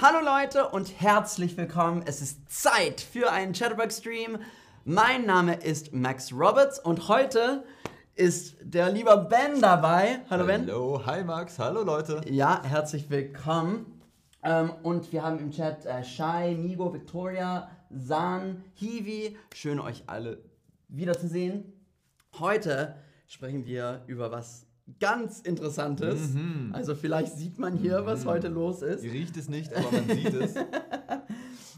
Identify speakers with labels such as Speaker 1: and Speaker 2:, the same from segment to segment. Speaker 1: Hallo Leute und herzlich willkommen. Es ist Zeit für einen Chatterbox-Stream. Mein Name ist Max Roberts und heute ist der lieber Ben dabei. Hallo Ben.
Speaker 2: Hallo, hi Max, hallo Leute.
Speaker 1: Ja, herzlich willkommen. Ähm, und wir haben im Chat äh, Shai, Migo, Victoria, San, Hiwi. Schön euch alle wiederzusehen. Heute sprechen wir über was ganz Interessantes. Also vielleicht sieht man hier, was heute los ist.
Speaker 2: Ihr riecht es nicht, aber man sieht es.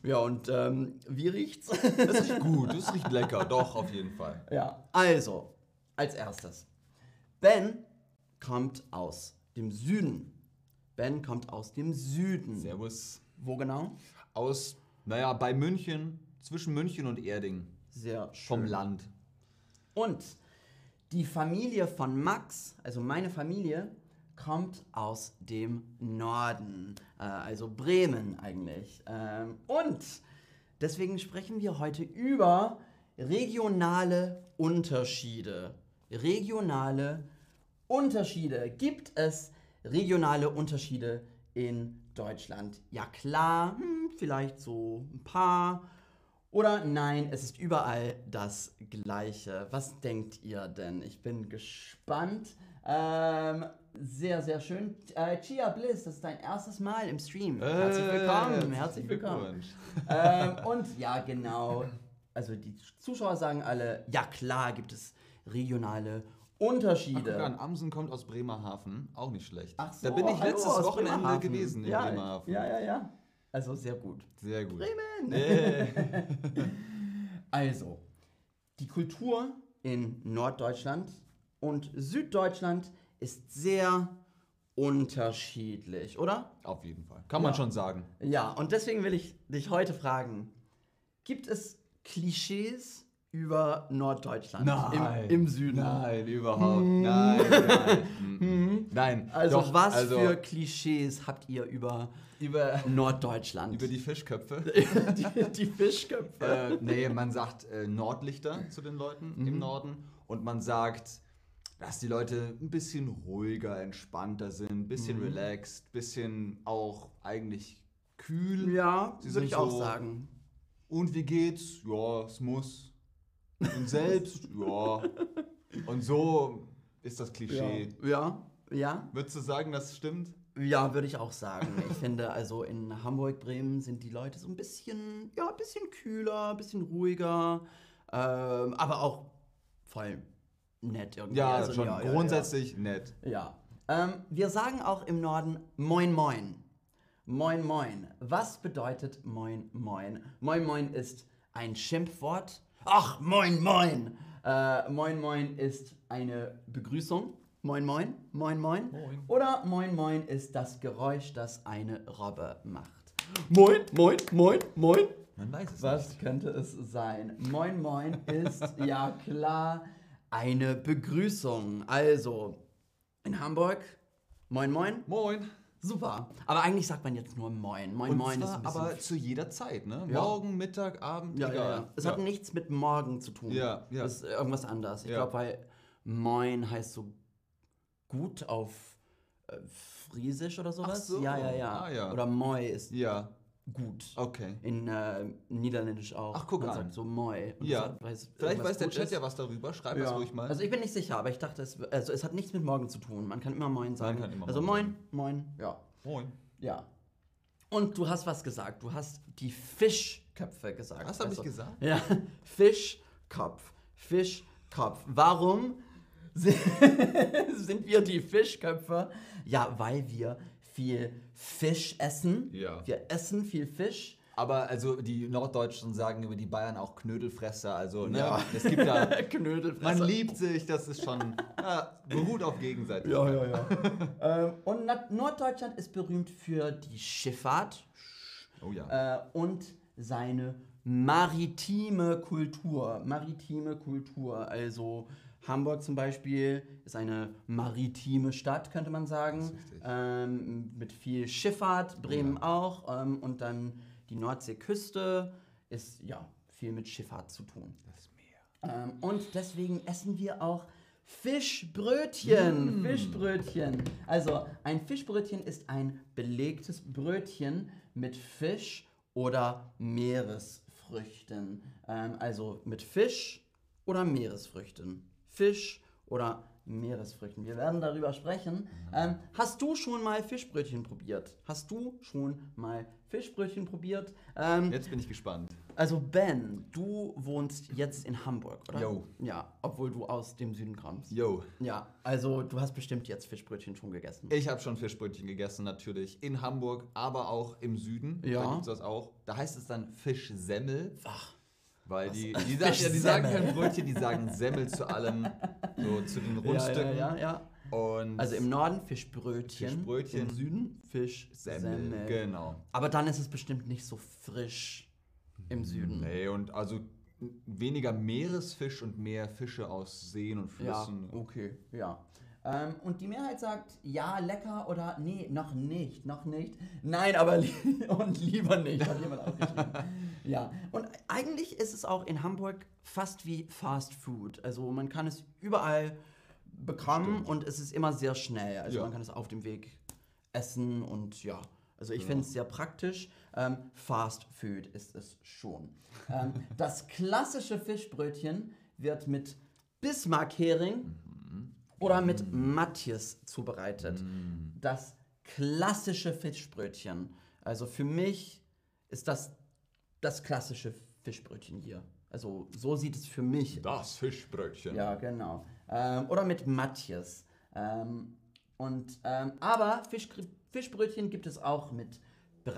Speaker 1: Ja, und ähm, wie riecht's?
Speaker 2: Es riecht gut, es riecht lecker, doch, auf jeden Fall.
Speaker 1: ja, also, als erstes. Ben kommt aus dem Süden. Ben kommt aus dem Süden.
Speaker 2: Servus.
Speaker 1: Wo genau?
Speaker 2: Aus, naja, bei München, zwischen München und Erding.
Speaker 1: Sehr schön.
Speaker 2: Vom Land.
Speaker 1: Und die Familie von Max, also meine Familie, kommt aus dem Norden, äh, also Bremen eigentlich. Ähm, und deswegen sprechen wir heute über regionale Unterschiede. Regionale Unterschiede. Gibt es regionale Unterschiede in Deutschland? Ja klar, hm, vielleicht so ein paar. Oder nein, es ist überall das Gleiche. Was denkt ihr denn? Ich bin gespannt. Ähm, sehr, sehr schön. Äh, Chia Bliss, das ist dein erstes Mal im Stream. herzlich
Speaker 2: Äh,
Speaker 1: willkommen, herzlich willkommen.
Speaker 2: Glückwunsch.
Speaker 1: ähm, und ja, genau. Also die Zuschauer sagen alle, ja klar, gibt es regionale
Speaker 2: Ach, guck an,
Speaker 1: Unterschiede.
Speaker 2: Amsen kommt aus Bremerhaven, auch nicht schlecht.
Speaker 1: Ach so,
Speaker 2: da bin ich
Speaker 1: hallo
Speaker 2: letztes
Speaker 1: aus
Speaker 2: Wochenende
Speaker 1: Bremerhaven.
Speaker 2: gewesen in
Speaker 1: ja,
Speaker 2: Bremerhaven.
Speaker 1: Ja, ja, ja. Also sehr gut.
Speaker 2: Sehr gut.
Speaker 1: Bremen!
Speaker 2: Äh,
Speaker 1: Also, die Kultur in Norddeutschland und Süddeutschland ist sehr unterschiedlich, oder?
Speaker 2: auf jeden Fall. Kann man
Speaker 1: Ja.
Speaker 2: schon sagen.
Speaker 1: Ja, und deswegen will ich dich heute fragen, gibt es Klischees über Norddeutschland Im, im Süden?
Speaker 2: Nein, überhaupt. Nein, nein. Mhm. Nein.
Speaker 1: Hm. Also
Speaker 2: doch,
Speaker 1: was
Speaker 2: also
Speaker 1: für Klischees habt ihr über
Speaker 2: über,
Speaker 1: Norddeutschland?
Speaker 2: über die Fischköpfe.
Speaker 1: die, die Fischköpfe.
Speaker 2: äh, nee, man sagt äh, Nordlichter zu den Leuten
Speaker 1: Mhm.
Speaker 2: im Norden und man sagt, dass die Leute ein bisschen ruhiger, entspannter sind, ein bisschen
Speaker 1: Mhm.
Speaker 2: relaxed, ein bisschen auch eigentlich kühl.
Speaker 1: ja,
Speaker 2: Sie
Speaker 1: würde
Speaker 2: sind
Speaker 1: ich auch
Speaker 2: so-
Speaker 1: sagen.
Speaker 2: Und wie geht's? Ja, es muss. Und selbst? ja. Und so ist das Klischee.
Speaker 1: Ja, ja.
Speaker 2: Würdest du sagen, das stimmt?
Speaker 1: Ja, würde ich auch sagen. Ich finde, also in Hamburg, Bremen sind die Leute so ein bisschen, ja, ein bisschen kühler, ein bisschen ruhiger, ähm, aber auch voll nett irgendwie.
Speaker 2: Ja,
Speaker 1: also,
Speaker 2: schon
Speaker 1: ja,
Speaker 2: grundsätzlich nett.
Speaker 1: Ja. ja. Ähm, wir sagen auch im Norden Moin Moin. Moin Moin. Was bedeutet Moin Moin? Moin Moin ist ein Schimpfwort. Ach, Moin Moin! Äh, moin Moin ist eine Begrüßung. Moin Moin, Moin Moin.
Speaker 2: Moin.
Speaker 1: Oder Moin Moin ist das Geräusch, das eine Robbe macht. Moin, Moin, Moin, Moin.
Speaker 2: Man weiß es
Speaker 1: Was könnte es sein? Moin Moin ist, ja klar, eine Begrüßung. Also, in Hamburg, Moin Moin,
Speaker 2: Moin.
Speaker 1: super. Aber eigentlich sagt man jetzt nur Moin. Moin
Speaker 2: Und
Speaker 1: Moin ist
Speaker 2: zwar
Speaker 1: ein bisschen...
Speaker 2: aber zu jeder Zeit, ne?
Speaker 1: Ja.
Speaker 2: Morgen, Mittag, Abend,
Speaker 1: ja, ja,
Speaker 2: egal.
Speaker 1: ja. Es hat nichts mit Morgen zu tun.
Speaker 2: Ja, ja.
Speaker 1: Das ist irgendwas anders. Ich
Speaker 2: Ja.
Speaker 1: glaube, weil Moin heißt so gut auf äh, Friesisch oder sowas.
Speaker 2: so.
Speaker 1: Ja, ja, ja.
Speaker 2: Ah, ja.
Speaker 1: Oder Moi ist
Speaker 2: Ja,
Speaker 1: gut.
Speaker 2: okay.
Speaker 1: In äh, Niederländisch auch.
Speaker 2: Ach, guck
Speaker 1: Man
Speaker 2: an.
Speaker 1: sagt so moi. Und
Speaker 2: Ja.
Speaker 1: das weiß-
Speaker 2: Vielleicht
Speaker 1: irgendwas
Speaker 2: weiß der
Speaker 1: gut
Speaker 2: Chat
Speaker 1: ist.
Speaker 2: ja was darüber. Schreib das ruhig mal.
Speaker 1: Also ich bin nicht sicher, aber ich dachte, es, also es hat nichts mit morgen zu tun. Man kann immer moin sagen.
Speaker 2: kann immer
Speaker 1: also
Speaker 2: moin
Speaker 1: moin, moin, ja.
Speaker 2: Moin.
Speaker 1: Ja. Und du hast was gesagt. Du hast die Fischköpfe gesagt. Also
Speaker 2: Was habe ich gesagt?
Speaker 1: Ja, Fischkopf. Fischkopf. Warum si- sind wir die Fischköpfe? Ja, weil wir viel Fisch essen.
Speaker 2: Ja.
Speaker 1: Wir essen viel Fisch.
Speaker 2: Aber also die Norddeutschen sagen über die Bayern auch Knödelfresser. Also ne,
Speaker 1: Ja.
Speaker 2: es gibt da. Man
Speaker 1: Knödelfresser.
Speaker 2: liebt sich, das ist schon. Ja, beruht auf Gegenseitigkeit.
Speaker 1: Ja, ja, ja. ähm, und Nat- Norddeutschland ist berühmt für die Schifffahrt
Speaker 2: Oh ja.
Speaker 1: äh, und seine maritime Kultur. Maritime Kultur. Also Hamburg zum Beispiel ist eine maritime Stadt, könnte man sagen.
Speaker 2: richtig.
Speaker 1: Ähm, mit viel Schifffahrt, Bremen auch. Ähm, und dann die Nordseeküste ist ja viel mit Schifffahrt zu tun.
Speaker 2: Das Meer.
Speaker 1: Ähm, und deswegen essen wir auch Fischbrötchen. Fischbrötchen. Also ein Fischbrötchen ist ein belegtes Brötchen mit Fisch oder Meeresfrüchten. Ähm, also mit Fisch oder Meeresfrüchten. Fisch oder Meeresfrüchten. Wir werden darüber sprechen. Ähm, hast du schon mal Fischbrötchen probiert? Hast du schon mal Fischbrötchen probiert? Ähm,
Speaker 2: Jetzt bin ich gespannt.
Speaker 1: also Ben, du wohnst jetzt in Hamburg, oder?
Speaker 2: Jo.
Speaker 1: Ja, obwohl du aus dem Süden kommst.
Speaker 2: Yo.
Speaker 1: Ja, also du hast bestimmt jetzt Fischbrötchen schon gegessen.
Speaker 2: Ich habe schon Fischbrötchen gegessen, natürlich. In Hamburg, aber auch im Süden.
Speaker 1: Ja.
Speaker 2: Da gibt es das auch. Da heißt es dann Fischsemmel.
Speaker 1: Ach.
Speaker 2: Weil die, die, sagen, ja, die sagen kein Brötchen, die sagen Semmel zu allem. So zu den Rundstücken.
Speaker 1: Ja, ja, ja, ja.
Speaker 2: Und
Speaker 1: Also im Norden Fischbrötchen,
Speaker 2: Fischbrötchen.
Speaker 1: im Süden Fischsemmel.
Speaker 2: Semmel. Genau.
Speaker 1: Aber dann ist es bestimmt nicht so frisch
Speaker 2: Mhm.
Speaker 1: im Süden.
Speaker 2: Nee, und also weniger Meeresfisch und mehr Fische aus Seen und
Speaker 1: Ja,
Speaker 2: Flüssen.
Speaker 1: okay, ja. Ähm, und die Mehrheit sagt, ja, lecker oder nee, noch nicht, noch nicht. Nein, aber li und lieber nicht, hat jemand aufgeschrieben. ja, und eigentlich ist es auch in Hamburg fast wie Fast Food. Also man kann es überall bekommen
Speaker 2: Stimmt.
Speaker 1: und es ist immer sehr schnell. Also
Speaker 2: Ja.
Speaker 1: man kann es auf dem Weg essen und ja. Also ich finde es sehr praktisch. Ähm, Fast Food ist es schon. ähm, das klassische Fischbrötchen wird mit Bismarck-Hering oder mit Matthias zubereitet. Das klassische Fischbrötchen. Also für mich ist das das klassische Fischbrötchen hier. Also so sieht es für mich
Speaker 2: Das Fischbrötchen.
Speaker 1: ja, genau. Ähm, oder mit Matthias. Ähm, und, ähm, aber Fisch, Fischbrötchen gibt es auch mit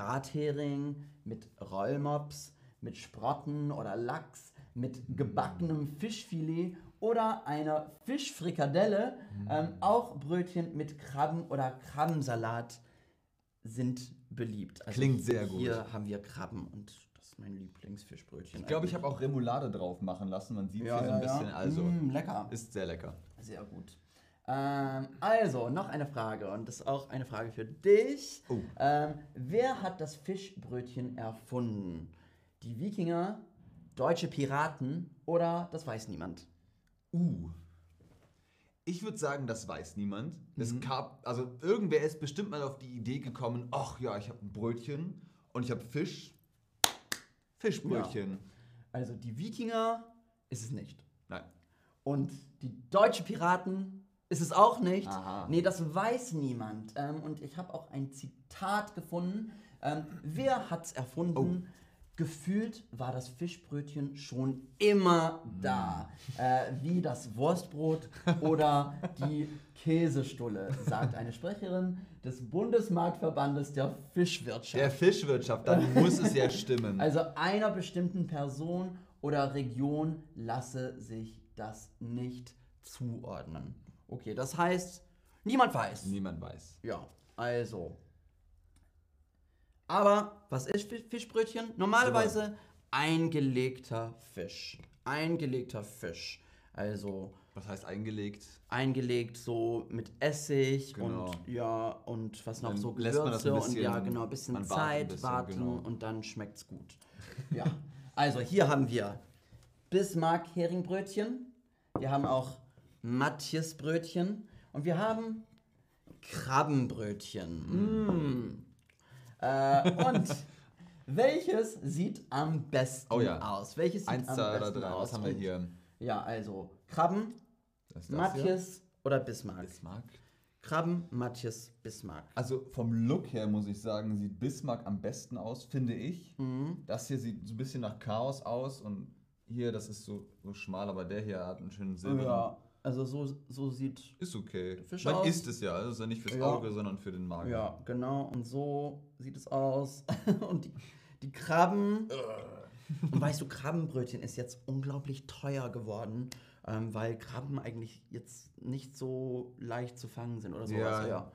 Speaker 1: Brathering, mit Rollmops, mit Sprotten oder Lachs, mit gebackenem Fischfilet oder einer Fischfrikadelle.
Speaker 2: Mhm.
Speaker 1: Ähm, auch Brötchen mit Krabben oder Krabbensalat sind beliebt. Also
Speaker 2: Klingt sehr gut.
Speaker 1: Hier haben wir Krabben und das ist mein Lieblingsfischbrötchen.
Speaker 2: Ich glaube, ich habe auch Remoulade drauf machen lassen. Man sieht
Speaker 1: ja,
Speaker 2: hier
Speaker 1: ja,
Speaker 2: so ein bisschen.
Speaker 1: ja.
Speaker 2: Also
Speaker 1: Mm, lecker.
Speaker 2: ist sehr lecker.
Speaker 1: Sehr gut. Ähm, also, noch eine Frage und das ist auch eine Frage für dich.
Speaker 2: Oh.
Speaker 1: Ähm, wer hat das Fischbrötchen erfunden? Die Wikinger, deutsche Piraten oder das weiß niemand?
Speaker 2: Uh. Ich würde sagen, das weiß niemand. Es
Speaker 1: Mhm.
Speaker 2: gab, also irgendwer ist bestimmt mal auf die Idee gekommen, ach ja, ich habe ein Brötchen und ich habe Fisch. Fischbrötchen.
Speaker 1: Also, die Wikinger ist es nicht.
Speaker 2: Nein.
Speaker 1: Und die deutsche Piraten ist es auch nicht.
Speaker 2: Aha.
Speaker 1: Nee, das weiß niemand. Ähm, und ich habe auch ein Zitat gefunden. Ähm, wer hat's erfunden? Gefühlt war das Fischbrötchen schon immer da. Äh, wie das Wurstbrot oder die Käsestulle, sagt eine Sprecherin des Bundesmarktverbandes der Fischwirtschaft.
Speaker 2: Der Fischwirtschaft, dann muss es ja stimmen.
Speaker 1: Also einer bestimmten Person oder Region lasse sich das nicht zuordnen. Okay, das heißt, niemand weiß.
Speaker 2: niemand weiß.
Speaker 1: Ja, also. Aber was ist Fi- Fischbrötchen? Normalerweise eingelegter Fisch. Eingelegter Fisch. Also
Speaker 2: Was heißt eingelegt?
Speaker 1: eingelegt so mit Essig
Speaker 2: Genau.
Speaker 1: und ja und was noch
Speaker 2: Dann
Speaker 1: so
Speaker 2: lässt man das ein
Speaker 1: Gewürze und
Speaker 2: bisschen-
Speaker 1: ja genau ein bisschen
Speaker 2: man wartet ein
Speaker 1: Zeit
Speaker 2: bisschen,
Speaker 1: warten
Speaker 2: genau.
Speaker 1: und dann schmeckt's gut. Ja. Also hier haben wir Bismarck Heringbrötchen. Wir haben auch Matthias Brötchen und wir haben Krabbenbrötchen. Mm. Äh, und welches sieht am besten
Speaker 2: Oh ja.
Speaker 1: aus? Welches sieht
Speaker 2: Eins,
Speaker 1: am
Speaker 2: zwei oder
Speaker 1: besten
Speaker 2: drei,
Speaker 1: aus?
Speaker 2: was haben wir
Speaker 1: Und-
Speaker 2: hier?
Speaker 1: Ja, also Krabben,
Speaker 2: Das ist das
Speaker 1: Matthias oder Bismarck?
Speaker 2: hier. Bismarck.
Speaker 1: Krabben, Matthias, Bismarck.
Speaker 2: Also vom Look her muss ich sagen, sieht Bismarck am besten aus, finde ich.
Speaker 1: Mhm.
Speaker 2: Das hier sieht so ein bisschen nach Chaos aus und hier, das ist so, so schmal, aber der hier hat einen schönen Silber.
Speaker 1: Ja, also so, so sieht.
Speaker 2: Ist okay.
Speaker 1: Fisch
Speaker 2: Man
Speaker 1: aus.
Speaker 2: isst es ja, also ist ja nicht fürs
Speaker 1: Ja.
Speaker 2: Auge, sondern für den Magen.
Speaker 1: Ja, genau. Und so sieht es aus. Und die, die Krabben. Und weißt du, Krabbenbrötchen ist jetzt unglaublich teuer geworden, ähm, weil Krabben eigentlich jetzt nicht so leicht zu fangen sind oder sowas. Ja.
Speaker 2: Ja.
Speaker 1: ja.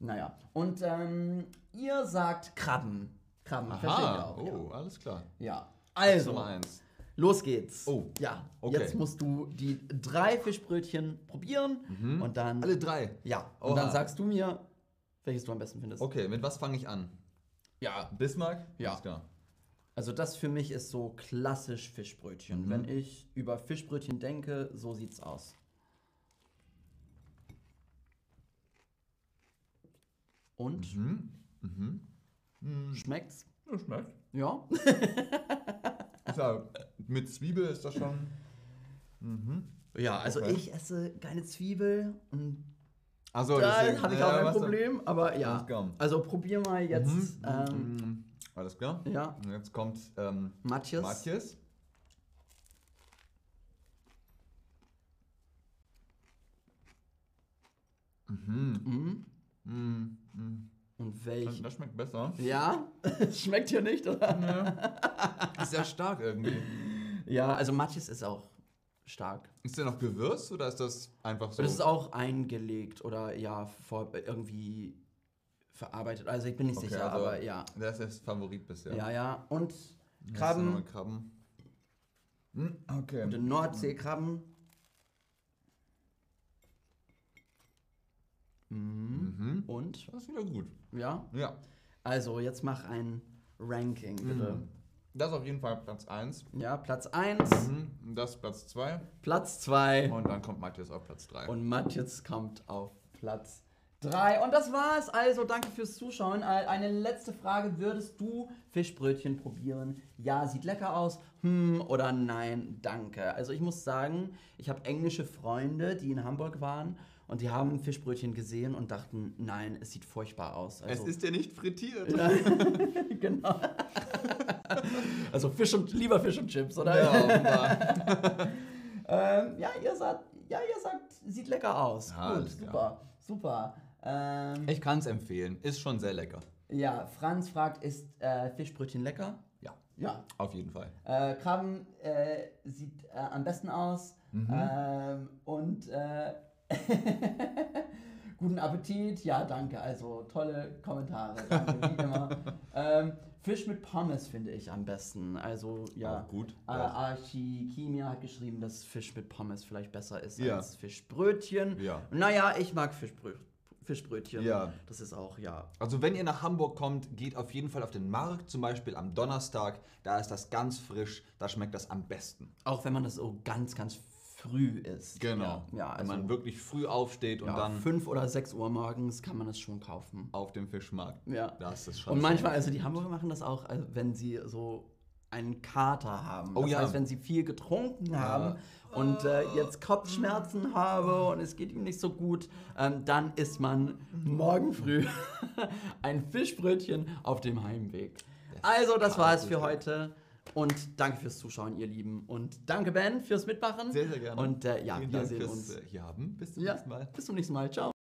Speaker 1: Naja. Und ähm, ihr sagt Krabben. Krabben, verstehe ich
Speaker 2: Aha,
Speaker 1: auch.
Speaker 2: oh, alles klar.
Speaker 1: Ja. ja.
Speaker 2: Also.
Speaker 1: Also,
Speaker 2: Nummer eins.
Speaker 1: Los geht's.
Speaker 2: Oh,
Speaker 1: Ja,
Speaker 2: okay.
Speaker 1: jetzt musst du die drei Fischbrötchen probieren und dann.
Speaker 2: Mhm. Alle drei.
Speaker 1: ja, und
Speaker 2: Oha.
Speaker 1: dann sagst du mir, welches du am besten findest.
Speaker 2: Okay, mit was fange ich an?
Speaker 1: Ja.
Speaker 2: Bismarck?
Speaker 1: Ja.
Speaker 2: Alles klar.
Speaker 1: Also, das für mich ist so
Speaker 2: Mhm.
Speaker 1: klassisch Fischbrötchen. Wenn ich über Fischbrötchen denke, so sieht's aus. Und
Speaker 2: Mhm. Mhm. Mhm.
Speaker 1: schmeckt's?
Speaker 2: Das schmeckt.
Speaker 1: Ja.
Speaker 2: Klar, mit Zwiebel ist das schon. Mhm.
Speaker 1: Ja, also
Speaker 2: Okay.
Speaker 1: ich esse keine Zwiebel und
Speaker 2: Also,
Speaker 1: da habe ich auch
Speaker 2: ein
Speaker 1: ein Problem, aber ja.
Speaker 2: Alles klar.
Speaker 1: Also probier mal
Speaker 2: Mhm.
Speaker 1: jetzt. Ähm,
Speaker 2: Hm? Alles klar.
Speaker 1: Ja,
Speaker 2: Und Jetzt kommt ähm,
Speaker 1: Matthias.
Speaker 2: Matthias. Mhm.
Speaker 1: Mhm.
Speaker 2: Mhm. Mhm.
Speaker 1: Und
Speaker 2: Das,
Speaker 1: welch?
Speaker 2: das schmeckt besser.
Speaker 1: Ja, schmeckt hier nicht, oder?
Speaker 2: Ist sehr stark irgendwie.
Speaker 1: Ja, also Matthias ist auch stark.
Speaker 2: Ist der noch Gewürz oder ist das einfach so?
Speaker 1: Das ist auch eingelegt oder ja, vor, irgendwie verarbeitet. Also ich bin nicht
Speaker 2: Okay,
Speaker 1: sicher,
Speaker 2: also-
Speaker 1: aber ja.
Speaker 2: der ist das Favorit bisher.
Speaker 1: Ja, ja. Und
Speaker 2: Das ist nochmal
Speaker 1: Krabben,
Speaker 2: Krabben. Mhm, Okay.
Speaker 1: und den Nordseekrabben. Mhm.
Speaker 2: Mhm.
Speaker 1: Und?
Speaker 2: Das ist wieder gut.
Speaker 1: Ja.
Speaker 2: Ja.
Speaker 1: Also, jetzt mach ein Ranking,
Speaker 2: Mhm.
Speaker 1: bitte.
Speaker 2: Das ist auf jeden Fall Platz 1.
Speaker 1: Ja, Platz 1,
Speaker 2: Mhm. Das ist Platz 2.
Speaker 1: Platz 2.
Speaker 2: Und dann kommt Matthias auf Platz 3.
Speaker 1: Und Matthias kommt auf Platz 3. Und das war's. Also danke fürs Zuschauen. Äh, Eine letzte Frage. Würdest du Fischbrötchen probieren? Ja, sieht lecker aus. Hm oder nein, danke. Also ich muss sagen, ich habe englische Freunde, die in Hamburg waren und die haben Fischbrötchen gesehen und dachten, nein, es sieht furchtbar aus. Also,
Speaker 2: es ist ja nicht frittiert.
Speaker 1: genau. also Fisch und lieber Fisch und Chips, oder?
Speaker 2: Ja, offenbar.
Speaker 1: Ähm, ja, ihr sagt, ja, ihr sagt, sieht lecker aus.
Speaker 2: Ja,
Speaker 1: Gut,
Speaker 2: alles
Speaker 1: super,
Speaker 2: klar.
Speaker 1: super. Ähm,
Speaker 2: ich kann es empfehlen. Ist schon sehr lecker.
Speaker 1: ja, Franz fragt, ist äh, Fischbrötchen lecker?
Speaker 2: Ja,
Speaker 1: Ja.
Speaker 2: auf jeden Fall.
Speaker 1: Äh, Krabben äh, sieht äh, am besten aus.
Speaker 2: Mhm.
Speaker 1: Ähm, und äh, guten Appetit. Ja, danke. Also tolle Kommentare. Danke, wie immer. Ähm, Fisch mit Pommes finde ich am besten. Also ja.
Speaker 2: Auch gut.
Speaker 1: Äh,
Speaker 2: Ja.
Speaker 1: Archikimia hat geschrieben, dass Fisch mit Pommes vielleicht besser ist
Speaker 2: Ja.
Speaker 1: als Fischbrötchen.
Speaker 2: Ja.
Speaker 1: Naja, ich mag Fischbrö Fischbrötchen.
Speaker 2: Ja.
Speaker 1: Das ist auch, ja.
Speaker 2: Also wenn ihr nach Hamburg kommt, geht auf jeden Fall auf den Markt, zum Beispiel am Donnerstag. Da ist das ganz frisch, da schmeckt das am besten.
Speaker 1: Auch wenn man das so ganz, ganz früh ist. Ja, ja
Speaker 2: Genau. Wenn
Speaker 1: also
Speaker 2: man wirklich früh aufsteht und
Speaker 1: ja,
Speaker 2: dann
Speaker 1: 5 oder 6 Uhr morgens kann man das schon kaufen.
Speaker 2: auf dem Fischmarkt.
Speaker 1: Ja.
Speaker 2: Das ist schon
Speaker 1: Und
Speaker 2: sehr
Speaker 1: manchmal,
Speaker 2: lecker.
Speaker 1: also die Hamburger machen das auch, also wenn sie so einen Kater haben.
Speaker 2: Oh
Speaker 1: das
Speaker 2: ja.
Speaker 1: heißt, wenn sie viel getrunken haben und äh, jetzt Kopfschmerzen habe und es geht ihm nicht so gut, ähm, dann isst man morgen früh ein Fischbrötchen auf dem Heimweg. Also, das
Speaker 2: kann
Speaker 1: war es
Speaker 2: gut
Speaker 1: für
Speaker 2: sein.
Speaker 1: heute. Und danke fürs Zuschauen, ihr Lieben. Und danke, Ben, fürs Mitmachen.
Speaker 2: Sehr, sehr gerne.
Speaker 1: Und äh, ja,
Speaker 2: Vielen
Speaker 1: wir
Speaker 2: Dank
Speaker 1: sehen
Speaker 2: fürs
Speaker 1: uns.
Speaker 2: äh, hier haben. Bis zum
Speaker 1: Ja,
Speaker 2: nächsten Mal.
Speaker 1: bis zum nächsten Mal. Ciao.